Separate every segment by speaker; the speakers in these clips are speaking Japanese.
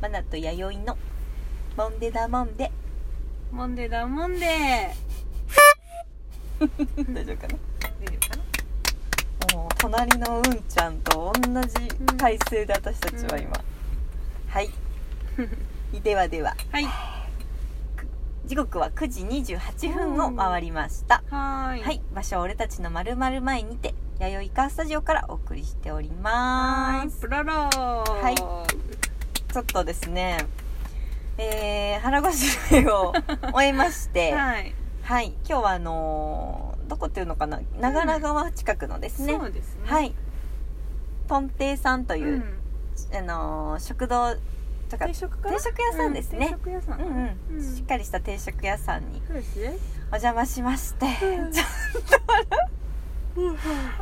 Speaker 1: マナと弥生のモンデダモ ンデ
Speaker 2: モンデーだモンデー
Speaker 1: 大丈夫かな
Speaker 2: 大丈夫かな
Speaker 1: もう隣のうんちゃんと同じ体勢で私たちは今、はい ではでは
Speaker 2: はい
Speaker 1: 時刻は9時28分を回りました、
Speaker 2: はーい
Speaker 1: はい場所は俺たちのまるまる前にて弥生カースタジオからお送りしており
Speaker 2: は
Speaker 1: ま
Speaker 2: ーい
Speaker 1: す
Speaker 2: プロロ
Speaker 1: はいちょっとですねえー、腹ごしらえを終えま してはい、
Speaker 2: はい
Speaker 1: 今日はあのーどこっていうのかな長良川近くのですね、
Speaker 2: そうですね
Speaker 1: はいとんていさんというう、
Speaker 2: ん
Speaker 1: あのー食堂とか
Speaker 2: 定食かな
Speaker 1: 定食屋さんですね
Speaker 2: う定食屋さ
Speaker 1: う
Speaker 2: んかな
Speaker 1: う
Speaker 2: ん
Speaker 1: ん、
Speaker 2: うん
Speaker 1: しっかりした定食屋さんに
Speaker 2: そうですね
Speaker 1: お邪魔しまして、
Speaker 2: うん
Speaker 1: ちょっと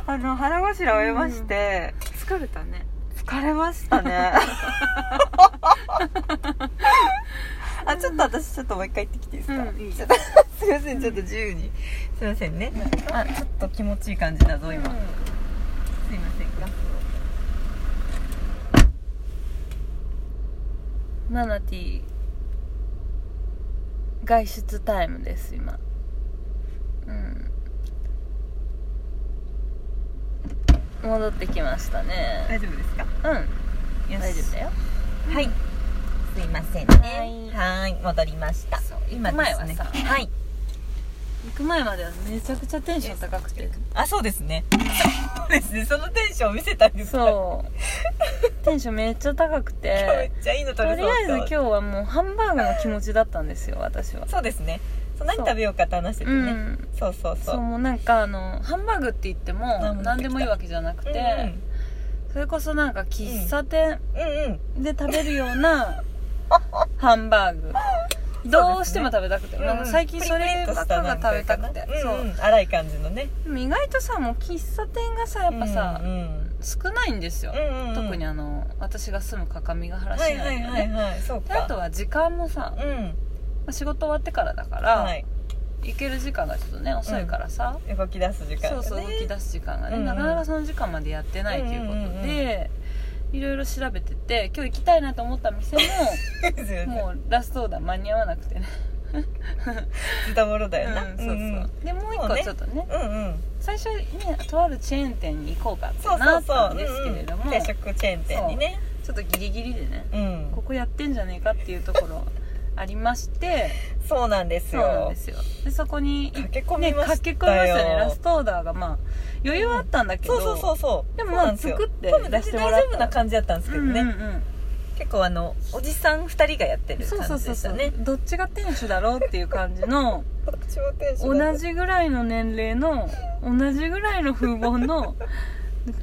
Speaker 1: あの腹ごしらえ終えまして、
Speaker 2: 疲れたね
Speaker 1: 疲れましたね あちょっと私ちょっともう一回行ってきていいですか、
Speaker 2: うんいい
Speaker 1: ちょっとすいませんちょっと自由にすいませんねあちょっと気持ちいい感じだぞ今、
Speaker 2: うん
Speaker 1: すいませんガス
Speaker 2: ナナティ外出タイムです今うん戻ってきました
Speaker 1: を
Speaker 2: ね
Speaker 1: 大丈夫ですか
Speaker 2: うん
Speaker 1: よし
Speaker 2: 大丈夫だよ
Speaker 1: はいすいません
Speaker 2: はい
Speaker 1: ねはい戻りました
Speaker 2: そう
Speaker 1: 今
Speaker 2: 行
Speaker 1: で
Speaker 2: く前
Speaker 1: す
Speaker 2: は
Speaker 1: ね
Speaker 2: さ
Speaker 1: はい
Speaker 2: 行く前まではめちゃくちゃテンション高くて
Speaker 1: あそうですねそうですねそのテンションを見せたんですか
Speaker 2: そうテンションめっちゃ高く
Speaker 1: めってちゃいいの
Speaker 2: と
Speaker 1: 取
Speaker 2: りあ
Speaker 1: れ
Speaker 2: え
Speaker 1: そう
Speaker 2: ず今日はもうハンバーグの気持ちだったんですよ私は
Speaker 1: そうですねそう何
Speaker 2: そう
Speaker 1: 食べようかって話してて
Speaker 2: う
Speaker 1: ね、
Speaker 2: ん
Speaker 1: そうそうそ
Speaker 2: そううもうなんかあのハンバーグって言っても
Speaker 1: 何も
Speaker 2: 何でもいいわけじゃなくて、それこそなんか喫茶店
Speaker 1: うんうんうん
Speaker 2: で食べるようなハンバーグ、どうしても食べたくて、
Speaker 1: うん
Speaker 2: なんか最近そればっかが食べたくて
Speaker 1: プリッとしたなんいうかなうんう
Speaker 2: そう
Speaker 1: ん粗い感じのね
Speaker 2: でも意外とさもう喫茶店がさやっぱさ、
Speaker 1: うんうん
Speaker 2: 少ないんですよ、
Speaker 1: うんうんうん
Speaker 2: 特にあの私が住む各務原市
Speaker 1: は
Speaker 2: 内
Speaker 1: い
Speaker 2: の
Speaker 1: はいは
Speaker 2: ね、
Speaker 1: いはいそう
Speaker 2: で
Speaker 1: か
Speaker 2: あとは時間もさ、ま
Speaker 1: うん
Speaker 2: あ仕事終わってからだから、
Speaker 1: はい
Speaker 2: 行ける時間がちょっとね遅いからさ、
Speaker 1: 動き出す時間
Speaker 2: そうそう動 き出す時間がね、
Speaker 1: うんうん
Speaker 2: なかなかその時間までやってないということで、
Speaker 1: うんうんうん
Speaker 2: いろいろ調べてて今日行きたいなと思っ た店も
Speaker 1: すよね
Speaker 2: もうラストオーダー間に合わなくてね、
Speaker 1: 豚ボロだよな
Speaker 2: うんそうそう、 でもう一
Speaker 1: そう
Speaker 2: 個
Speaker 1: ね
Speaker 2: ちょっとね
Speaker 1: うんうんうん
Speaker 2: 最初ねとあるチェーン店に行こうかって
Speaker 1: そうそ
Speaker 2: な
Speaker 1: う
Speaker 2: っ
Speaker 1: そ
Speaker 2: た
Speaker 1: うん
Speaker 2: ですけれども、
Speaker 1: うんうん定食チェーン店にね
Speaker 2: ちょっとギリギリでね
Speaker 1: うん
Speaker 2: ここやってんじゃねえかっていうところありまして
Speaker 1: そうなんです
Speaker 2: そうなん
Speaker 1: よ
Speaker 2: ですよでそこに行っ
Speaker 1: 駆け込み
Speaker 2: ね、
Speaker 1: ましたよ
Speaker 2: 駆け込みましたねラストオーダーがまあ余裕はあったんだけど、
Speaker 1: そうそうそうそう
Speaker 2: でも
Speaker 1: そ
Speaker 2: ま
Speaker 1: うな
Speaker 2: あ
Speaker 1: んですよ
Speaker 2: 作って
Speaker 1: 多分
Speaker 2: 出してもらっ
Speaker 1: 大丈夫な感じだったんですけどね、
Speaker 2: うんうん
Speaker 1: 結構あのおじさん2人がやって
Speaker 2: うん、
Speaker 1: る
Speaker 2: そうそ
Speaker 1: 感
Speaker 2: う
Speaker 1: じ
Speaker 2: そう
Speaker 1: でし
Speaker 2: そ
Speaker 1: た
Speaker 2: う、
Speaker 1: ね
Speaker 2: どっちが店主だろうっていう感じ の同じぐらいの年齢の同じぐらいの風貌の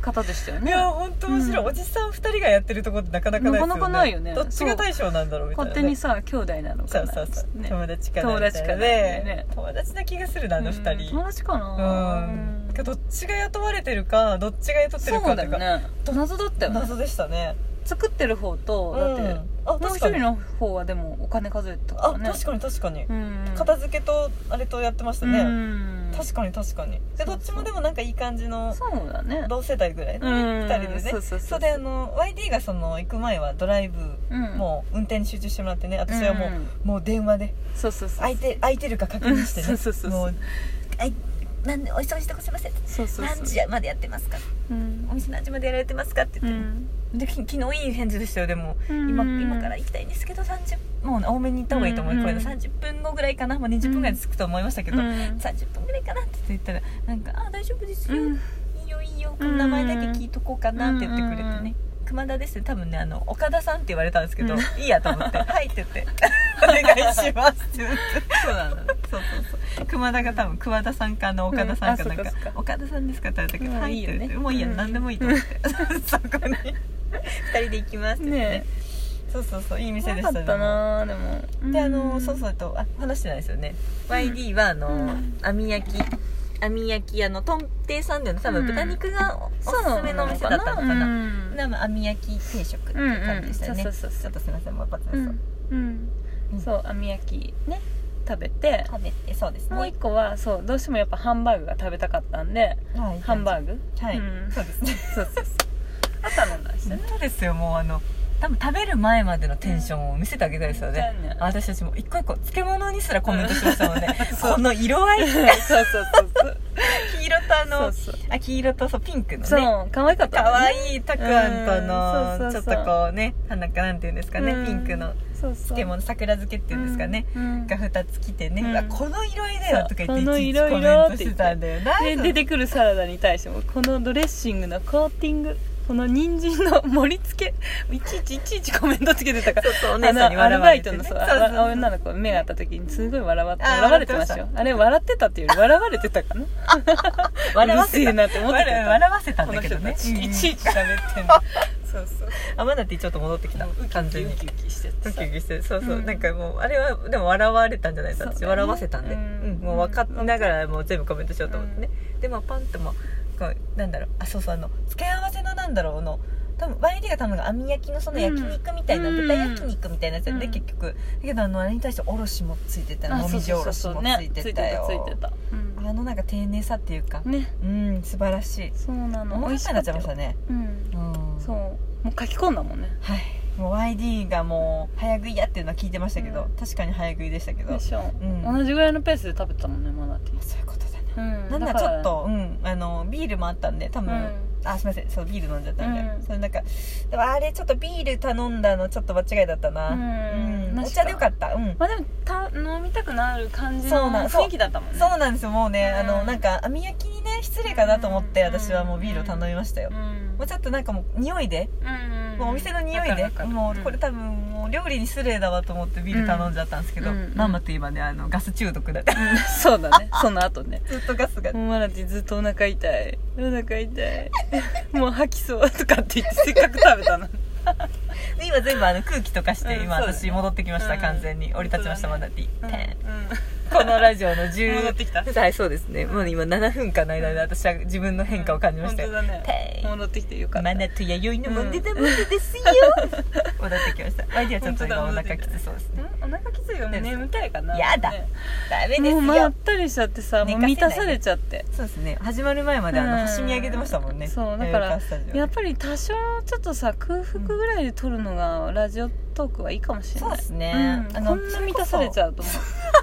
Speaker 2: 方でしたよ
Speaker 1: い
Speaker 2: ね
Speaker 1: や本当面白い、
Speaker 2: うん
Speaker 1: おじさん2人がやってるとこってなかなかないですよね
Speaker 2: なかなかないよね
Speaker 1: どっちが大将なんだろうみたいな
Speaker 2: 勝
Speaker 1: ね、
Speaker 2: 手にさ兄弟なの
Speaker 1: そ
Speaker 2: か
Speaker 1: う
Speaker 2: な
Speaker 1: そうそう、
Speaker 2: ね
Speaker 1: 友達かな
Speaker 2: 友達かな
Speaker 1: み
Speaker 2: み
Speaker 1: た
Speaker 2: た
Speaker 1: い
Speaker 2: い
Speaker 1: なね
Speaker 2: なね
Speaker 1: 友達な気がするなあの2
Speaker 2: うん
Speaker 1: 人
Speaker 2: 友達かな
Speaker 1: うん
Speaker 2: うん
Speaker 1: どっちが雇われてるかどっちが雇ってる
Speaker 2: そ
Speaker 1: か
Speaker 2: う
Speaker 1: って
Speaker 2: だ
Speaker 1: いう
Speaker 2: よ
Speaker 1: か
Speaker 2: ね謎だったよね
Speaker 1: 謎でしたね
Speaker 2: 作ってる方とだって、
Speaker 1: うんあ
Speaker 2: もう一
Speaker 1: 確か
Speaker 2: 人
Speaker 1: に
Speaker 2: の方はでもお金数えてたか
Speaker 1: あ
Speaker 2: らね
Speaker 1: 確かに確かに、
Speaker 2: うんうん
Speaker 1: 片付けとあれとやってましたね、
Speaker 2: うん
Speaker 1: 確かに確かにで
Speaker 2: そうそう
Speaker 1: どっちもでもなんかいい感じの
Speaker 2: そうだね
Speaker 1: 同世代ぐらいの
Speaker 2: うん
Speaker 1: 2人でね
Speaker 2: そうそうそう
Speaker 1: れであの YD がその行く前はドライブ
Speaker 2: うん
Speaker 1: もう運転に集中してもらってね私はもう,、
Speaker 2: ん
Speaker 1: もう電話で
Speaker 2: そうそうそう
Speaker 1: 空いて空いてるか確認してね
Speaker 2: うんそうそうそうそう
Speaker 1: もうあいなんでお忙しいとこすいません
Speaker 2: そうそうそう
Speaker 1: 何時までやってますか
Speaker 2: うん
Speaker 1: お店何時までやられてますかって
Speaker 2: う
Speaker 1: 言って、
Speaker 2: ん
Speaker 1: でき昨日いい返事でしたよでも今今から行きたいんですけど30もうね多めに行った方がいいと思う、
Speaker 2: うんうん
Speaker 1: こういうの30分後ぐらいかなもう20分ぐらいで着くと思いましたけど、
Speaker 2: うん
Speaker 1: 30分ぐらいかなって言ったらなんか「あ大丈夫です
Speaker 2: う
Speaker 1: よ」
Speaker 2: ん
Speaker 1: いいよいいよ
Speaker 2: うん
Speaker 1: 名前だけ聞いとこうかなって言ってくれて
Speaker 2: うんうんう
Speaker 1: ね
Speaker 2: ん
Speaker 1: 熊田ですね多分ねあの岡田さんって言われたんですけど、
Speaker 2: うん
Speaker 1: いいやと思って「はい」って言 って「お願いします」って言って
Speaker 2: そうなんだ
Speaker 1: そうそうそう熊田が多分熊田さんかあの岡田さんかなんか,、
Speaker 2: うんあそっかそっか
Speaker 1: 岡田さんですかって言われたけど「
Speaker 2: うん
Speaker 1: はい」
Speaker 2: いい
Speaker 1: って
Speaker 2: よね
Speaker 1: 言って「もういいや、
Speaker 2: うん
Speaker 1: 何でもいい」と 思って、そこ に2人で行きますって言ってね
Speaker 2: ね
Speaker 1: そうそうそういい
Speaker 2: え
Speaker 1: 店で
Speaker 2: な
Speaker 1: し
Speaker 2: か
Speaker 1: た
Speaker 2: っ
Speaker 1: ね
Speaker 2: たなでも
Speaker 1: であのそう
Speaker 2: う
Speaker 1: そうとあ話してないですよね YD はあの、
Speaker 2: うん
Speaker 1: 網焼き網焼き屋のとんていさんでの多
Speaker 2: う
Speaker 1: 分
Speaker 2: ん
Speaker 1: 豚肉がおおすすめのお店だったのかな、
Speaker 2: うん
Speaker 1: であの網焼き定食っていう感じでしたよね、
Speaker 2: うんうんそうそうそう
Speaker 1: ちょっとすいませんもう一発で
Speaker 2: う
Speaker 1: す、
Speaker 2: んうんそう網焼きね食べて
Speaker 1: 食べてそうですね
Speaker 2: もう一個はそうどうしてもやっぱハンバーグが食べたかったんで
Speaker 1: はい
Speaker 2: ハンバーグ
Speaker 1: はい、
Speaker 2: うん
Speaker 1: そうですね
Speaker 2: そうそうそうあったのなんですよね
Speaker 1: そうですよもうあの多分食べる前までのテンションを見せてあげたいですよ
Speaker 2: そうや
Speaker 1: ね、
Speaker 2: ね
Speaker 1: 私たちも一個一個漬物にすらコメントしました もんね、
Speaker 2: そう
Speaker 1: この色合い黄
Speaker 2: そうそうそう
Speaker 1: 色とあ
Speaker 2: そ
Speaker 1: の
Speaker 2: うそう
Speaker 1: あ黄色とそうピンクのね
Speaker 2: そう可愛かっ た
Speaker 1: かわいいたくあんとの、
Speaker 2: うんそうそう
Speaker 1: ち
Speaker 2: そ
Speaker 1: ょ
Speaker 2: う
Speaker 1: っとこうねなんかなんていうんですかね、
Speaker 2: うん
Speaker 1: ピンクの
Speaker 2: そうそう
Speaker 1: 漬物桜漬けっていうんですかね、
Speaker 2: うんうん
Speaker 1: が2つ来てね、
Speaker 2: うん
Speaker 1: うわこの色合いだよとか言
Speaker 2: そう
Speaker 1: っ
Speaker 2: この
Speaker 1: ていちいち
Speaker 2: 色
Speaker 1: コ
Speaker 2: 々
Speaker 1: メントしてたんだよな
Speaker 2: で出てくるサラダに対してもこのドレッシングのコーティングこの人参の盛り付けいちいちいちいちコメントつけてたか
Speaker 1: ち
Speaker 2: ら
Speaker 1: ょっとお姉さんに
Speaker 2: あのア
Speaker 1: 笑わ
Speaker 2: ルバ
Speaker 1: れ
Speaker 2: イ
Speaker 1: て
Speaker 2: ト
Speaker 1: ね
Speaker 2: のそう
Speaker 1: そうそうそう
Speaker 2: あ女の子目が合った時にすごい笑わ
Speaker 1: あー
Speaker 2: 笑われてましたよ
Speaker 1: 笑ってました
Speaker 2: あれ笑ってたっていうより笑われてたかな
Speaker 1: 笑わせた
Speaker 2: うるせえなって思ってた
Speaker 1: 笑笑わせたんだけど
Speaker 2: この
Speaker 1: ね
Speaker 2: 人たちいちいち喋ってんのそうそう
Speaker 1: あまなてちょっと戻ってきた完全に
Speaker 2: ウキウキしてて
Speaker 1: ウ
Speaker 2: さ
Speaker 1: キウキしてそうそう、
Speaker 2: うん
Speaker 1: なんかもうあれはでも笑われたんじゃないですか、
Speaker 2: そ
Speaker 1: 私
Speaker 2: う
Speaker 1: 笑わせたんで、
Speaker 2: う
Speaker 1: うんんもう分かっながらもう全部コメントしようと思ってね、でもパンともこうなんだろうあそうそうあの付け合わせのなんだろうあの多分 YD が頼むのが網焼きのその焼肉みたいな、
Speaker 2: うん
Speaker 1: 豚焼肉みたいなやつで、
Speaker 2: うん
Speaker 1: 結局だけどあのあれに対しておろしもついてた
Speaker 2: あ
Speaker 1: のも
Speaker 2: そ
Speaker 1: み
Speaker 2: う
Speaker 1: じ
Speaker 2: そ
Speaker 1: お
Speaker 2: う
Speaker 1: ろし
Speaker 2: そう
Speaker 1: も
Speaker 2: そう
Speaker 1: つ
Speaker 2: ね
Speaker 1: いて
Speaker 2: ついて
Speaker 1: た
Speaker 2: た
Speaker 1: よ
Speaker 2: ついてたうん
Speaker 1: あのなんか丁寧さっていうか
Speaker 2: ね
Speaker 1: うん素晴らしい
Speaker 2: そうなの
Speaker 1: もう一
Speaker 2: 美味し
Speaker 1: 回
Speaker 2: か
Speaker 1: な
Speaker 2: っ
Speaker 1: っちゃ
Speaker 2: た
Speaker 1: いました
Speaker 2: よ
Speaker 1: ね
Speaker 2: うん
Speaker 1: うん
Speaker 2: そうもう書き込んだもんね
Speaker 1: はい、もう YD がもう早食いやっていうのは聞いてましたけど、
Speaker 2: うん
Speaker 1: 確かに早食いでしたけど、
Speaker 2: でしょ
Speaker 1: うん
Speaker 2: 同じぐらいのペースで食べてたもんねマナティ
Speaker 1: そういうことだね、
Speaker 2: うん
Speaker 1: なんな
Speaker 2: だ
Speaker 1: ら
Speaker 2: か
Speaker 1: ちょ
Speaker 2: ら
Speaker 1: っと、うん、あのビールもあったんで多分、
Speaker 2: う
Speaker 1: あすいませんそうビール飲んじゃったんで、
Speaker 2: うん
Speaker 1: それなんかでもあれちょっとビール頼んだのちょっと間違いだったな、
Speaker 2: うん
Speaker 1: うん
Speaker 2: 確か
Speaker 1: お茶でよかったうん
Speaker 2: まあでもた飲みたくなる感じ
Speaker 1: そ
Speaker 2: の
Speaker 1: うなん
Speaker 2: 雰囲気だったもんね
Speaker 1: そうなんですよもうね、
Speaker 2: うん
Speaker 1: あのなんか網焼きにね失礼かなと思って、
Speaker 2: うん
Speaker 1: 私はもうビールを頼みましたよ、
Speaker 2: うん
Speaker 1: もうちょっとなんかもう匂いで、
Speaker 2: うん
Speaker 1: もうお店の匂い
Speaker 2: わかる
Speaker 1: で
Speaker 2: わかる
Speaker 1: もうこれ多分もう料理に失礼だわと思ってビール頼んじゃったんですけど、
Speaker 2: うん
Speaker 1: ママと今ねあのガス中毒だって
Speaker 2: うんそうだねその後ね
Speaker 1: ずっとガスが
Speaker 2: もうマナティずっとお腹痛いお腹 痛いもう吐きそうとかって言ってせっかく食べたの に
Speaker 1: 今全部あの空気とかして、
Speaker 2: うん
Speaker 1: 今
Speaker 2: そうだね
Speaker 1: 私戻ってきました、
Speaker 2: うん
Speaker 1: 完全に降り立ちました、
Speaker 2: 本
Speaker 1: マ
Speaker 2: 当
Speaker 1: ナティ、
Speaker 2: うん
Speaker 1: ペン
Speaker 2: うん
Speaker 1: このラジオの10
Speaker 2: 戻ってきた
Speaker 1: はいそうですねもう今7分間の間で私は自分の変化を感じましたよ、
Speaker 2: 本当だね
Speaker 1: ペン
Speaker 2: 戻ってきてよかっ
Speaker 1: マ
Speaker 2: た
Speaker 1: ナティ弥生のもんでだもんでですよ、 戻ってきましたワイディはちょっと今お腹きつそうですね
Speaker 2: うんお腹きついよね眠たいかな
Speaker 1: やだ
Speaker 2: ね
Speaker 1: ダメです
Speaker 2: も
Speaker 1: よ、
Speaker 2: うまったりしちゃってさもう満
Speaker 1: 寝か
Speaker 2: た
Speaker 1: せないで
Speaker 2: されちゃって
Speaker 1: そうですね始まる前まであの、
Speaker 2: うん
Speaker 1: 端見上げてましたもんね
Speaker 2: そうだから
Speaker 1: 映画スタジオで
Speaker 2: やっぱり多少ちょっとさ空腹ぐらいで撮るのがラジオトークはいいかもしれ
Speaker 1: そう
Speaker 2: ない
Speaker 1: ですね、
Speaker 2: うん
Speaker 1: あの
Speaker 2: こんな満たされちゃうと思う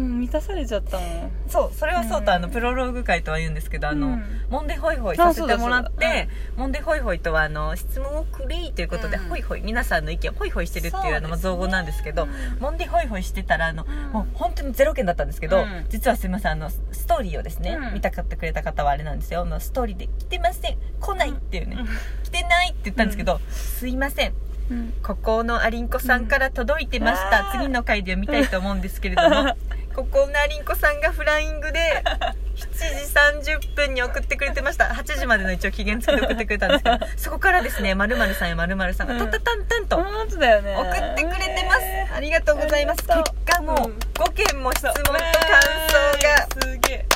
Speaker 2: うん満たされちゃったもん
Speaker 1: そうそれはそうと、
Speaker 2: うん
Speaker 1: あのプロローグ会とは言うんですけどあの、
Speaker 2: うん
Speaker 1: もんでホイホイさせてもら
Speaker 2: あ
Speaker 1: っ
Speaker 2: そうだそうだ
Speaker 1: て、もんでホイホイとはあの質問をくれいということで、
Speaker 2: うん
Speaker 1: ホイホイ皆さんの意見をホイホイしてるっていうあの
Speaker 2: そうですね
Speaker 1: 造語なんですけど
Speaker 2: うん
Speaker 1: もんでホイホイしてたらあの、
Speaker 2: うん
Speaker 1: もう本当にゼロ件だったんですけど、
Speaker 2: うん
Speaker 1: 実はすいませんあのストーリーをですね、
Speaker 2: うん
Speaker 1: 見たかってくれた方はあれなんですよもうストーリーで「来てません来ない」っていうね、来てない」って言ったんですけど「すいません
Speaker 2: うん
Speaker 1: ここのアリンコさんから届いてました、
Speaker 2: うん
Speaker 1: 次の回で読みたいと思うんですけれども ここのアリンコさんがフライングで7時30分に送ってくれてました8時までの一応期限付きで送ってくれたんです けどそこからですね〇〇さんや〇〇さんが
Speaker 2: うん
Speaker 1: タタタンタンと送
Speaker 2: 本当だよね
Speaker 1: ってくれてます、
Speaker 2: ね
Speaker 1: ありがとうございます結
Speaker 2: ありがとう
Speaker 1: 果もう
Speaker 2: うん
Speaker 1: 5件も質問と感想が
Speaker 2: すげえすげえ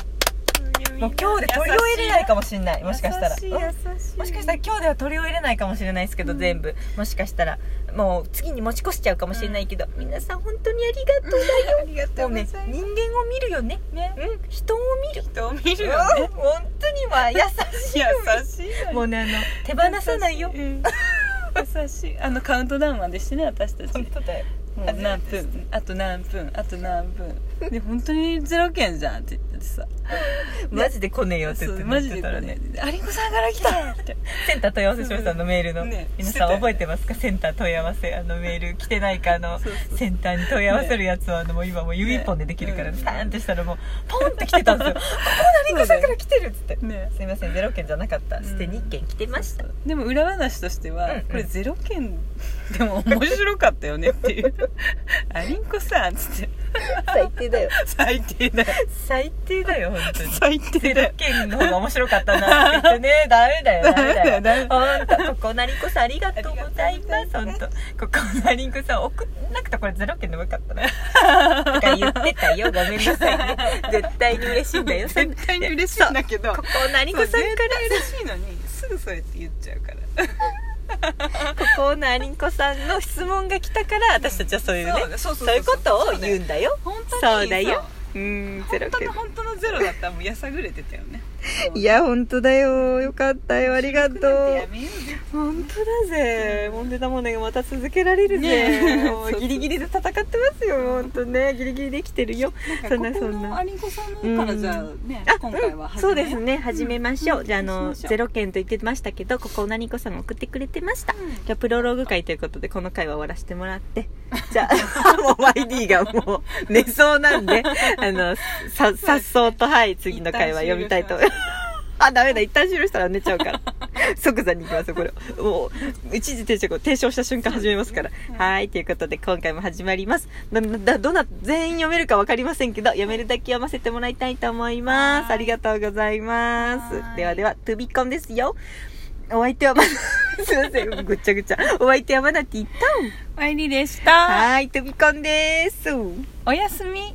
Speaker 1: もう今日で取り終えれないか
Speaker 2: も
Speaker 1: もしれないもしかしたら
Speaker 2: 優しい優しい
Speaker 1: もしかしたら今日では取り終えれないかもしれないですけど、
Speaker 2: うん
Speaker 1: 全部もしかしたらもう次に持ち越しちゃうかもしれないけど、皆さん本当にありがとうだよ、
Speaker 2: ありがと
Speaker 1: もう
Speaker 2: うござい
Speaker 1: ね
Speaker 2: ます
Speaker 1: 人間を見るよね
Speaker 2: ね
Speaker 1: うん人を見る
Speaker 2: 人を見る
Speaker 1: うん
Speaker 2: よね
Speaker 1: 本当にまあ優しい よね
Speaker 2: 優しいよね
Speaker 1: もうねあの手放さないよ
Speaker 2: うん優しいあのカウントダウンまでしてね私たち
Speaker 1: 本当だよ
Speaker 2: もう何分あと何分あと何分で本当にゼロ件じゃんって言っててさ
Speaker 1: マジで来ねえよって言
Speaker 2: そ
Speaker 1: っ
Speaker 2: う
Speaker 1: て
Speaker 2: マジで
Speaker 1: たら
Speaker 2: ね
Speaker 1: ね
Speaker 2: 「アリンコさんから来た!」って
Speaker 1: センター問い合わせしましたあのメールの、
Speaker 2: ね
Speaker 1: 皆
Speaker 2: してた
Speaker 1: さ
Speaker 2: よ
Speaker 1: ん覚えてますかセンター問い合わせあのメール来てないかあの
Speaker 2: そうそう
Speaker 1: センターに問い合わせるやつはあのもう今もう指一本でできるから
Speaker 2: ね
Speaker 1: パーンとしたらもうポンって来てたんです よここのリンゴさんから来てるっつって
Speaker 2: ね
Speaker 1: すいませんゼロ件じゃなかった捨て2件来てました
Speaker 2: でも裏話としては、
Speaker 1: うんうん
Speaker 2: これゼロ件でも面白かったよねって いう「アリンコさん」っつって
Speaker 1: 最低だよ
Speaker 2: 「最低だよ
Speaker 1: 最低だよ本当に
Speaker 2: 最低だよ
Speaker 1: 0件の方が面白かったなって言ってねダメだよダメだよ
Speaker 2: ダメ
Speaker 1: 本当ここなりんこさんありがとうございます
Speaker 2: あり
Speaker 1: 本
Speaker 2: が
Speaker 1: 当ここなりんこさん送んなくてこれゼロ件でもよかったなとか言ってたよごめんなさいね絶対に嬉しいんだよ
Speaker 2: 絶対に嬉しいんだけど
Speaker 1: そうここなりんこさんから
Speaker 2: 嬉しいのにすぐそうやって言っちゃうから
Speaker 1: ここなりんこさんの質問が来たから私たちはそういうね
Speaker 2: そうそうそうそう
Speaker 1: そういうことを言うんだよ
Speaker 2: 本当に
Speaker 1: そうだようんゼ
Speaker 2: 本
Speaker 1: ロ
Speaker 2: 当
Speaker 1: 件
Speaker 2: の本当のゼロだったらもうやさぐれてたよね
Speaker 1: いや本当だよよかったよありがとう
Speaker 2: やめようぜ
Speaker 1: 本当だぜモンデダモネがまた続けられるぜ
Speaker 2: ね
Speaker 1: も
Speaker 2: そう
Speaker 1: うギリギリで戦ってますよ本当ねギリギリで生きてるよそんなそん
Speaker 2: ここの
Speaker 1: な
Speaker 2: アリンコさんのからじゃあね、
Speaker 1: あ
Speaker 2: 今回
Speaker 1: う
Speaker 2: は
Speaker 1: ん
Speaker 2: 始
Speaker 1: そう
Speaker 2: め
Speaker 1: ですね始めましょう、
Speaker 2: うん
Speaker 1: じゃああ
Speaker 2: そうし
Speaker 1: の
Speaker 2: ましょう
Speaker 1: ゼロ件と言ってましたけどここを何こさんが送ってくれてました、
Speaker 2: うん
Speaker 1: じゃあプロローグ会ということでこの回は終わらせてもらってじゃあ もう YD がもう寝そうなんであのささっそうとはい次の回は読みたいと思いますあダメだ一旦終了したら寝ちゃうから 即座に行きますよこれもう一時停止を提唱した瞬間始めますから
Speaker 2: そうですねは
Speaker 1: はいということで今回も始まりますどどどな全員読めるか分かりませんけど読めるだけ読ませてもらいたいと思います
Speaker 2: はい
Speaker 1: ありがとうございます
Speaker 2: はい
Speaker 1: ではではトゥビコンですよお相手はますいませんぐっちゃぐちゃお相手はまなティと
Speaker 2: ワイリでした
Speaker 1: はいトゥビコンです
Speaker 2: おやすみ
Speaker 1: 違う違う